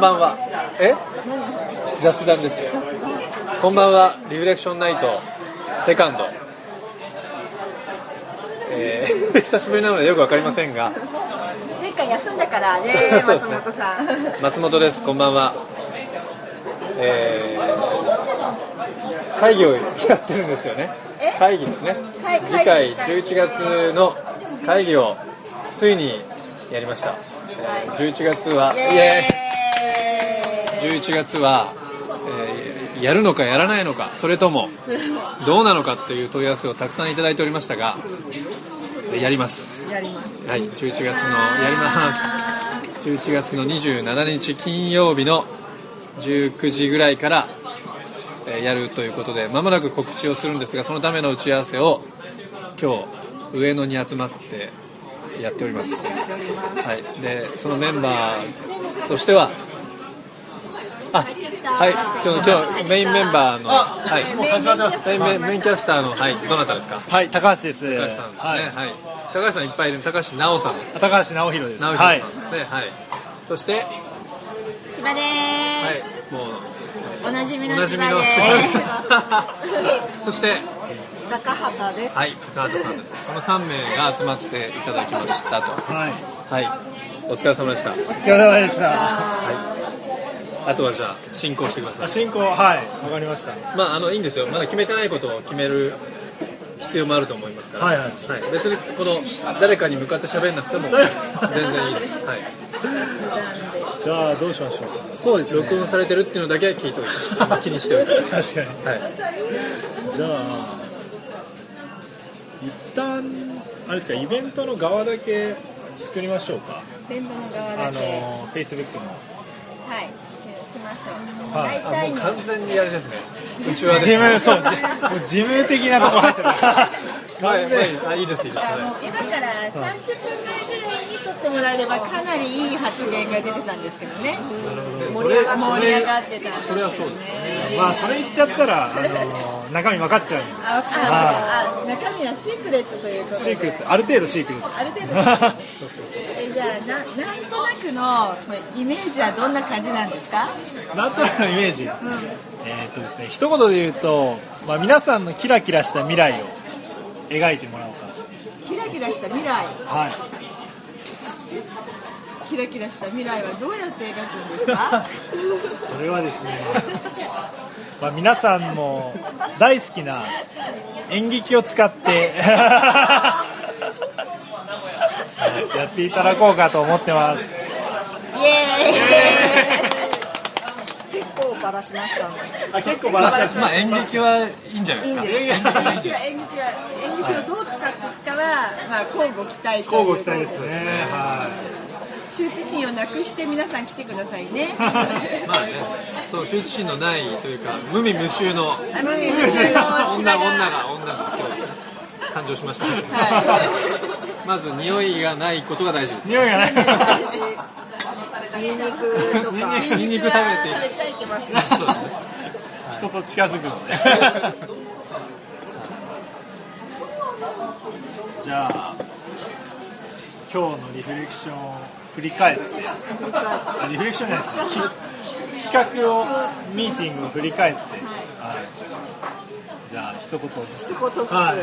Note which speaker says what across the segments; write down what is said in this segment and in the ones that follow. Speaker 1: ばんはえ雑談ですよこんばんはリフレクションナイトセカンド、えー 久しぶりなのでよく分かりませんが
Speaker 2: 前回休んだから ね
Speaker 1: そうです
Speaker 2: 松
Speaker 1: ね
Speaker 2: 本さん
Speaker 1: 松本ですこんばんは、えー会議をやってるんですよね
Speaker 2: え
Speaker 1: 会議ですね
Speaker 2: はい
Speaker 1: 次回
Speaker 2: 会議
Speaker 1: 11月の会議をついにやりました、えー11月は
Speaker 2: イ
Speaker 1: イエーイ
Speaker 2: エーイ
Speaker 1: 11月は、えーやるのかやらないのかそれとも
Speaker 2: それも
Speaker 1: どうなのかという問い合わせをたくさんいただいておりましたがえーやります
Speaker 2: やります
Speaker 1: はい11月のやります11月の27日金曜日の19時ぐらいから、えーやるということでまもなく告知をするんですがそのための打ち合わせを今日上野に集まってやっております、はい、でそのメンバーとしてはあはい今日の今日メインメンバーの、はい、
Speaker 3: もう始まってます。
Speaker 1: メインメインメインキャスターの、はい、どなたですか
Speaker 3: はい、高橋です。
Speaker 1: 高橋さんですね、
Speaker 3: は
Speaker 1: はいい、高橋さんいっぱいいる高橋直さん
Speaker 3: 高橋直弘です。
Speaker 1: 直
Speaker 3: は
Speaker 1: 弘
Speaker 3: い
Speaker 1: さん。ですね、はいそして、はい、
Speaker 2: 芝でーす
Speaker 1: も
Speaker 2: おなじみ
Speaker 1: うお
Speaker 2: の
Speaker 1: なじみ
Speaker 2: 芝
Speaker 1: の
Speaker 2: で
Speaker 1: 千葉そして、
Speaker 2: す中畑です
Speaker 1: はい、高畑さんですこの3名が集まっていただきましたと
Speaker 3: はい。
Speaker 1: はいお疲れ様でした
Speaker 3: お疲れ様でした。
Speaker 1: あとはじゃあ進行してください
Speaker 3: 進行、はい、わかりました。
Speaker 1: まああのいいんですよまだ決めてないことを決める必要もあると思いますから
Speaker 3: はいはい
Speaker 1: 別にこの誰かに向かって喋んなくても全然いいです、はい、
Speaker 3: じゃあ、どうしましょうそうですね。
Speaker 1: 録音されてるっていうのだけは聞いておいて気にしておいて
Speaker 3: 確かに。
Speaker 1: はい、
Speaker 3: じゃあ、一旦、あれですか、イベントの側だけ作りましょうか。
Speaker 2: ベンドの側
Speaker 3: あ
Speaker 2: だけは
Speaker 3: の、Facebook の。
Speaker 2: いししましょう
Speaker 3: はい
Speaker 2: 大体
Speaker 1: もう
Speaker 2: の
Speaker 1: 完全にあれですねうちわです
Speaker 3: 事務、そう、もう事務的なとこ入っちゃった。
Speaker 1: はい
Speaker 3: 完全
Speaker 1: はいあいいですいいです
Speaker 2: あの今から30分前ぐらいに撮ってもらえればかなりいい発言が出てたんですけどね盛り上が盛り上がってたんです
Speaker 1: それはそうですね
Speaker 3: まあ、それ言っちゃったら、あの、中身分かっちゃうんで。
Speaker 2: あわかったあ中身はシークレットということで
Speaker 3: シークレット、ある程度シークレット。
Speaker 2: ある程度
Speaker 3: は
Speaker 2: えじゃあななんとなくのそのイメージはどんな感じなんですか、
Speaker 3: い なんとなくのイメージ。
Speaker 2: うん、
Speaker 3: えーっとですね、一言で言うと、まあ、皆さんのキラキラした未来を描いてもらおうか
Speaker 2: キラキラした未来
Speaker 3: な、はい、
Speaker 2: キラキラした未来はどうやって描くんですか
Speaker 3: それはですね、 まあ、皆さんの大好きな演劇を使って やっていただこうかと思ってます
Speaker 2: イエーイ
Speaker 4: 結構バラしましたね。
Speaker 3: あ結構バラし
Speaker 1: まあ演劇はいいんじゃないですか
Speaker 4: いいん
Speaker 3: です
Speaker 1: 演劇はいいん
Speaker 2: 演
Speaker 1: じ
Speaker 2: 劇
Speaker 1: ゃない
Speaker 2: は演劇は演劇をどう使っていくかは、まあ、交互期待という
Speaker 3: 交互期待ですねは
Speaker 2: 羞恥心をなくして皆さん来てくださいね
Speaker 1: まあねそう羞恥心のないというか無味無臭の
Speaker 2: あの無臭の
Speaker 1: 女
Speaker 2: 千葉
Speaker 1: 女が女が今日誕生しました、
Speaker 2: は
Speaker 1: まず匂いがないことが大事です
Speaker 3: い 匂いがない
Speaker 4: ニンニクとか。
Speaker 2: い
Speaker 1: ニンニク食べて
Speaker 2: 食べちゃいけません
Speaker 1: そうですね
Speaker 3: 人と近づくのでじゃあ今日のリフレクションを振り返ってあリフレクションじゃないですき企画をミーティングを振り返って、はいじゃあ一言
Speaker 4: 一言ずつ、
Speaker 3: はい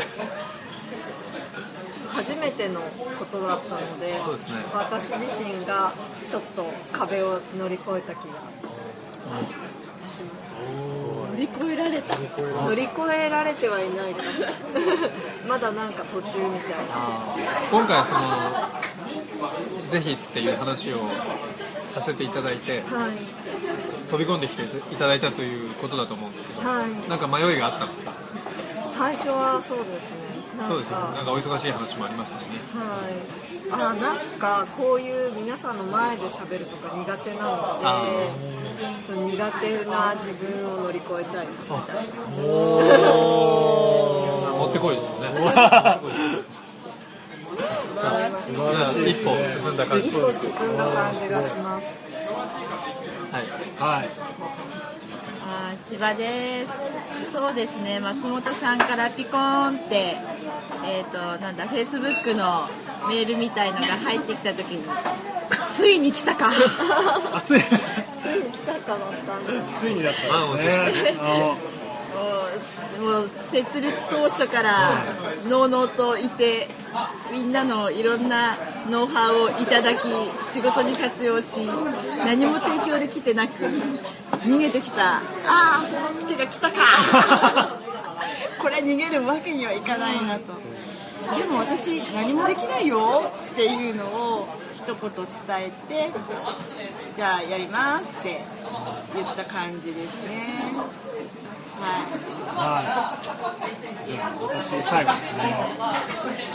Speaker 4: 初めてのことだったので
Speaker 1: そうですね
Speaker 4: 私自身がちょっと壁を乗り越えた気がしま
Speaker 2: 乗り越えられた
Speaker 4: す乗り越えられてはいない かまだなんか途中みたいな
Speaker 1: 今回はそのぜひっていう話をさせていただいて
Speaker 4: はい
Speaker 1: 飛び込んできていただいたということだと思うんですけど、
Speaker 4: はい
Speaker 1: なんか迷いがあったんですか
Speaker 4: 最初はそうですねなんか
Speaker 1: そうですよねなんかお忙しい話もありましたしね
Speaker 4: はい、あなんかこういう皆さんの前で喋るとか苦手な
Speaker 1: あ
Speaker 4: ので苦手な自分を乗り越えたい
Speaker 1: 持ってこいですよね
Speaker 3: 素晴らしいで
Speaker 1: 一
Speaker 3: す
Speaker 1: 歩
Speaker 3: ね
Speaker 1: 進んだ感じ
Speaker 4: 一歩進んだ感じがします
Speaker 1: はい
Speaker 3: はい
Speaker 2: あー千葉です。そうですね、松本さんからピコーンって、えっ、と、なんだ、フェイスブックの メールみたいのが入ってきたときに、ついに来たか、
Speaker 3: 熱い
Speaker 2: つい
Speaker 4: いにサッカーだったんです
Speaker 3: ついにだった
Speaker 1: 満を
Speaker 3: ん
Speaker 1: 持
Speaker 3: で
Speaker 1: し
Speaker 3: すねあの
Speaker 2: もうもう設立当初からのうのうといてみんなのいろんなノウハウをいただき仕事に活用し何も提供できてなく逃げてきたああそのツケが来たか これ逃げるわけにはいかないなとでも私何もできないよっていうのを一言伝えてじゃあやりますって言った感じですねはい
Speaker 3: はいじゃあ私最後ですね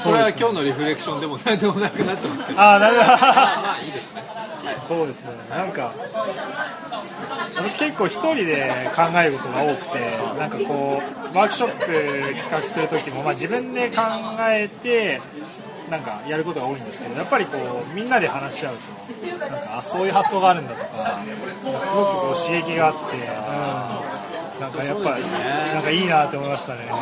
Speaker 1: これは今日のリフレクションでも何でもなくなってますけど
Speaker 3: ああなるほ
Speaker 1: まあいいですね
Speaker 3: どそうですねなんか私結構一人で考えることが多くてなんかこうワークショップ企画する時も、まあ、自分で考えてなんかやることが多いんですけどやっぱりこうみんなで話し合うとなんかあそういう発想があるんだとかすごくこう刺激があって、うんなんかやっぱり、なんかいいなって思いましたね、うんは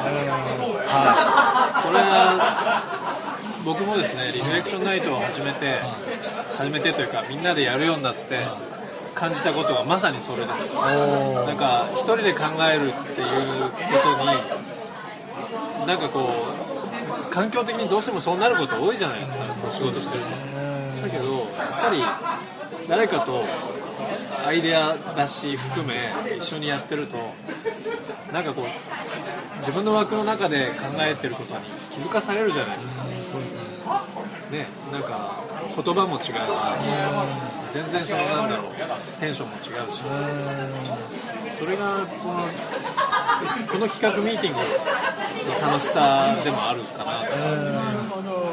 Speaker 1: これは僕もですねリフレクションナイトを始めて始めてというかみんなでやるようになって感じたことはまさにそれですなんか一人で考えるっていうことになんかこう環境的にどうしてもそうなること多いじゃないですか仕事してるとだけどやっぱり誰かとアイデア出し含め一緒にやってるとなんかこう自分の枠の中で考えてることに気づかされるじゃないですか、ね、なんか言葉も違うから全然そのなんだろうテンションも違うしそれがこのこの企画ミーティングの楽しさでもあるかなと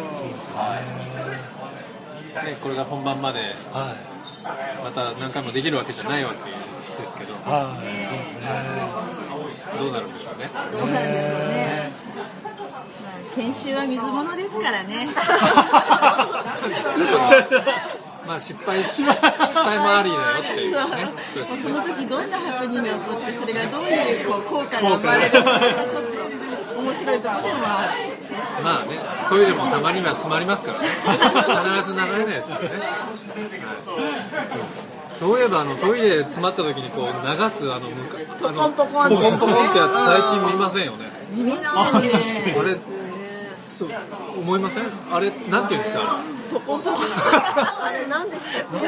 Speaker 1: はいねこれが本番まで
Speaker 3: い、はい
Speaker 1: また何回もできるわけじゃないわけですけど
Speaker 3: はい、そうですね。
Speaker 1: どうなるんでしょうね
Speaker 2: どうなんですね。まあ研修は水物ですからね。
Speaker 1: まあ失敗し失敗もありだよっていうね
Speaker 2: もうその時どんなハプニングが起こってそれがどういうこう効果が生まれるのかちょっと面白いところでもある。
Speaker 1: まあね、トイレもたまには詰まりますからね、必ず流れないですよね、はい、そういえばあのトイレ詰まった時にこう流すあのむかあの
Speaker 2: ポコンポコンって
Speaker 1: ポコンポコンってやつ、最近見ませんよね、
Speaker 2: みんなね。
Speaker 1: あれ、そう思いませんあれ、なんていうんですか、
Speaker 2: ポコポコ。
Speaker 4: あれ何でしたっけ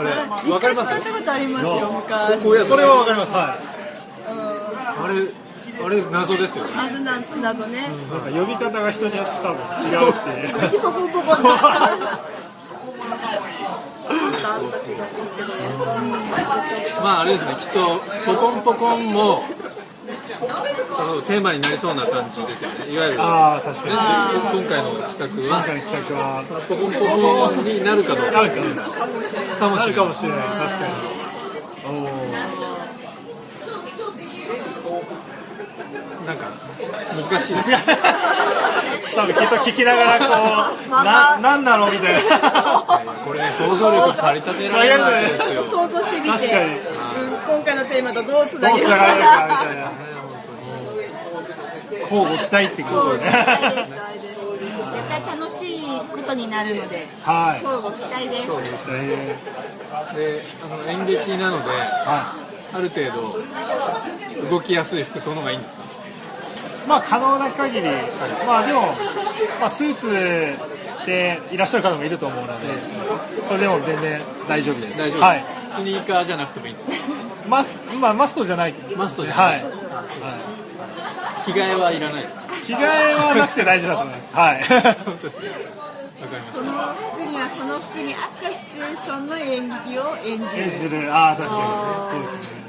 Speaker 1: あれ、あれわかります
Speaker 2: 一回されたことありますよ昔。
Speaker 1: こういうやつ、
Speaker 3: それはわかります。は
Speaker 1: あれ、あれ、謎ですよね、
Speaker 2: あずなん謎ね。
Speaker 3: い。なんか呼び方が人によって多分違うっていう。
Speaker 2: ポコポコになった。
Speaker 4: あった気がするけど
Speaker 1: まああれですね、きっと、ポコンポコンも、あのテーマになりそうな感じですよね、いわゆる。
Speaker 3: ああ、確かに。
Speaker 1: 今回の企画は
Speaker 3: 今回の企画は。
Speaker 1: ポコンポコンになるかどう
Speaker 3: あ
Speaker 1: か
Speaker 3: るか
Speaker 1: かも
Speaker 3: な。あ
Speaker 1: しれな
Speaker 3: るか
Speaker 1: い
Speaker 3: もしれない。確かに。おお。
Speaker 1: なんか難しいです
Speaker 3: 多分きっと聞きながらこう、な、なんだろうみたいな。
Speaker 1: これね想像力駆り立てられるわけです
Speaker 2: ちょ
Speaker 1: よ
Speaker 2: っと想像してみ
Speaker 3: 確
Speaker 2: て。
Speaker 3: かに
Speaker 2: うん今回のテーマとどうつな
Speaker 3: どう
Speaker 2: げる
Speaker 3: 繋
Speaker 2: か。
Speaker 3: がるかみたいな。交互期待ってことね。
Speaker 2: 絶対楽しいことになるので、
Speaker 3: はい。
Speaker 2: 今日ご期待です。
Speaker 3: え
Speaker 1: であの演劇なので
Speaker 3: ーは
Speaker 1: ある程度動きやすい服装の方がいいんですか
Speaker 3: い。まあ可能な限り、まあでも、まあスーツでいらっしゃる方もいると思うので、それでも全然
Speaker 1: 大丈夫です大丈夫、
Speaker 3: はい
Speaker 1: スニーカーじゃなくてもいいんです
Speaker 3: マス、まあ、マストじゃない。
Speaker 1: マストじゃな
Speaker 3: はいい。
Speaker 1: 着替えはいらないです
Speaker 3: 着替えはなくて大丈夫だと思います。はい。
Speaker 1: 本当ですねわかりまし
Speaker 2: その服にはその服に合ったシチュエーションの演劇を演 じる
Speaker 3: 演じる。ああ、確かに。そうですね。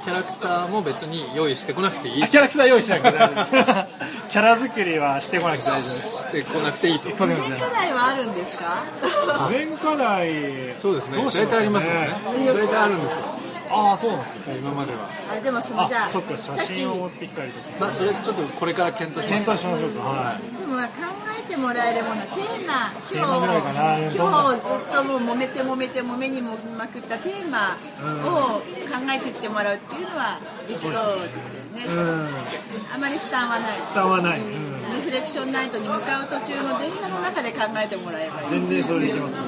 Speaker 1: たキャラクターも別に用意してこなくていい
Speaker 3: あ
Speaker 1: し
Speaker 3: キャラクター用意しなくて大 丈夫です。キャラ作りはしてこなくて大丈夫です。
Speaker 1: てこなくていいと
Speaker 3: そうで
Speaker 2: 自
Speaker 3: す
Speaker 2: 然
Speaker 3: ね。
Speaker 2: 課題はあるんですか
Speaker 3: 自然課題。
Speaker 1: そうですね
Speaker 3: どうし
Speaker 1: 大
Speaker 3: ますか
Speaker 1: 体ありますよね大体あるんですよ
Speaker 3: ああ、そうなんですね。
Speaker 1: 今までは
Speaker 2: あでもそのじゃ
Speaker 3: あ
Speaker 2: あ、
Speaker 3: そっか、写
Speaker 2: さっきで
Speaker 3: 真を持
Speaker 2: も
Speaker 3: ってきたりとか。
Speaker 1: まあそれちょっとこれから検討します
Speaker 3: 検討しましょうか。はい。
Speaker 2: まあ考えてもらえるものテーマ
Speaker 3: テーマぐらいかな
Speaker 2: 今日
Speaker 3: どんな
Speaker 2: 今日ずっともう揉めて揉めて揉めに揉めまくったテーマを考えてきてもらうっていうのはできそうですよね、
Speaker 3: うん。
Speaker 2: あまり負担はない
Speaker 3: 負担はない。うん。
Speaker 2: リフレクションナイトに向かう途中の電車の中で考えてもらえばいい
Speaker 3: 全然それできます。うん。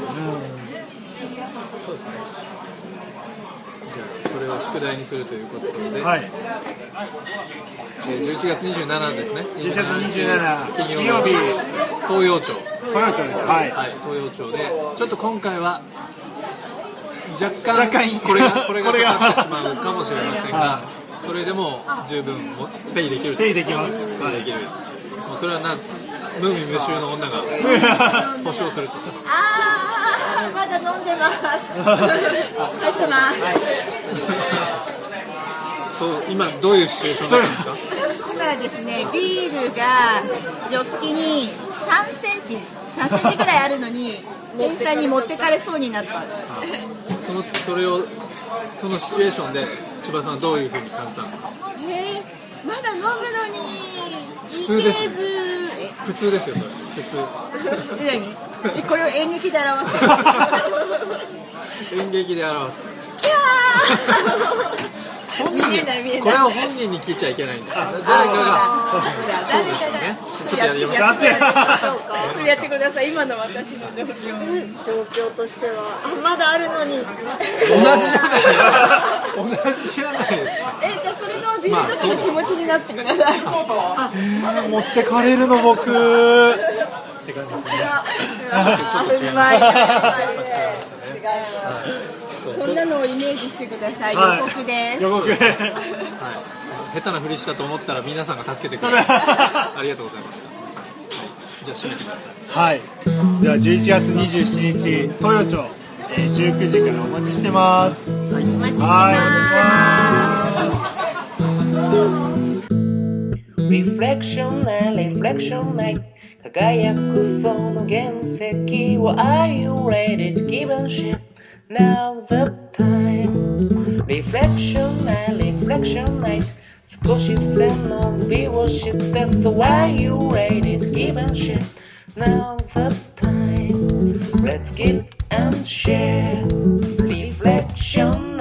Speaker 1: それを宿題にするということで、
Speaker 3: はい
Speaker 1: えー11月27日ですね
Speaker 3: 11月27
Speaker 1: 金曜日
Speaker 3: 金曜日
Speaker 1: 東洋町
Speaker 3: 豊町ですはい
Speaker 1: はい、東洋町で、ちょっと今回は若干
Speaker 3: 若干
Speaker 1: これがこれが
Speaker 3: これが
Speaker 1: かかってしまうかもしれませんが、
Speaker 3: は
Speaker 1: それでも十分もペイできると
Speaker 3: 手にできます
Speaker 1: ペイできる、もうそれはなムーミン無臭の女が
Speaker 3: は
Speaker 1: 保証すると、
Speaker 2: あーまだ飲んで ます。入ってます。
Speaker 1: そう今どういうシチュエーションだったんですか
Speaker 2: 今はですねビールがジョッキに3センチ3センチぐらいあるのに店員さんに持ってかれそうになった
Speaker 1: そのそれをそのシチュエーションで千葉さんはどういうふうに感じたんですか
Speaker 2: えー、まだ飲むのにい
Speaker 1: 普通で
Speaker 2: け
Speaker 1: す
Speaker 2: ず
Speaker 1: 普通ですよそれ普通
Speaker 2: ええ何えこれを演劇で表 すキャ
Speaker 1: 演劇で表す
Speaker 2: ー見えない見えない
Speaker 1: これを本人に聞いちゃいけないんだ誰かが
Speaker 2: あほらほら誰かが、
Speaker 1: ね
Speaker 2: ちょっとやってくだ
Speaker 3: ちょっとやって
Speaker 2: さいやってください今の私の状況
Speaker 4: 状況としてはあまだあるのに
Speaker 1: 同じじゃないですか同じじゃないですか
Speaker 2: えじゃあそれのビールとかの気持ちになってください、
Speaker 3: い 持ってかれるの僕って感じですね
Speaker 2: あうまい違いますそんなのをイメージしてください、
Speaker 3: はい
Speaker 2: 予告です
Speaker 3: 予告
Speaker 1: はい、下手なふりしたと思ったら皆さんが助けてくれるありがとうございました、はい、じゃあ締めてください
Speaker 3: はいでは11月27日豊町、えー、19時からお待ちしてます
Speaker 2: お待ちして
Speaker 3: はいお
Speaker 2: ま
Speaker 3: 待ちして
Speaker 2: す
Speaker 3: ます
Speaker 5: Reflection night, reflection night 輝くその原石を Are you ready to give a shit? Now the time Reflection night, reflection night 少し背伸びをして So are you ready to give a shit? Now the time Let's give and share Reflection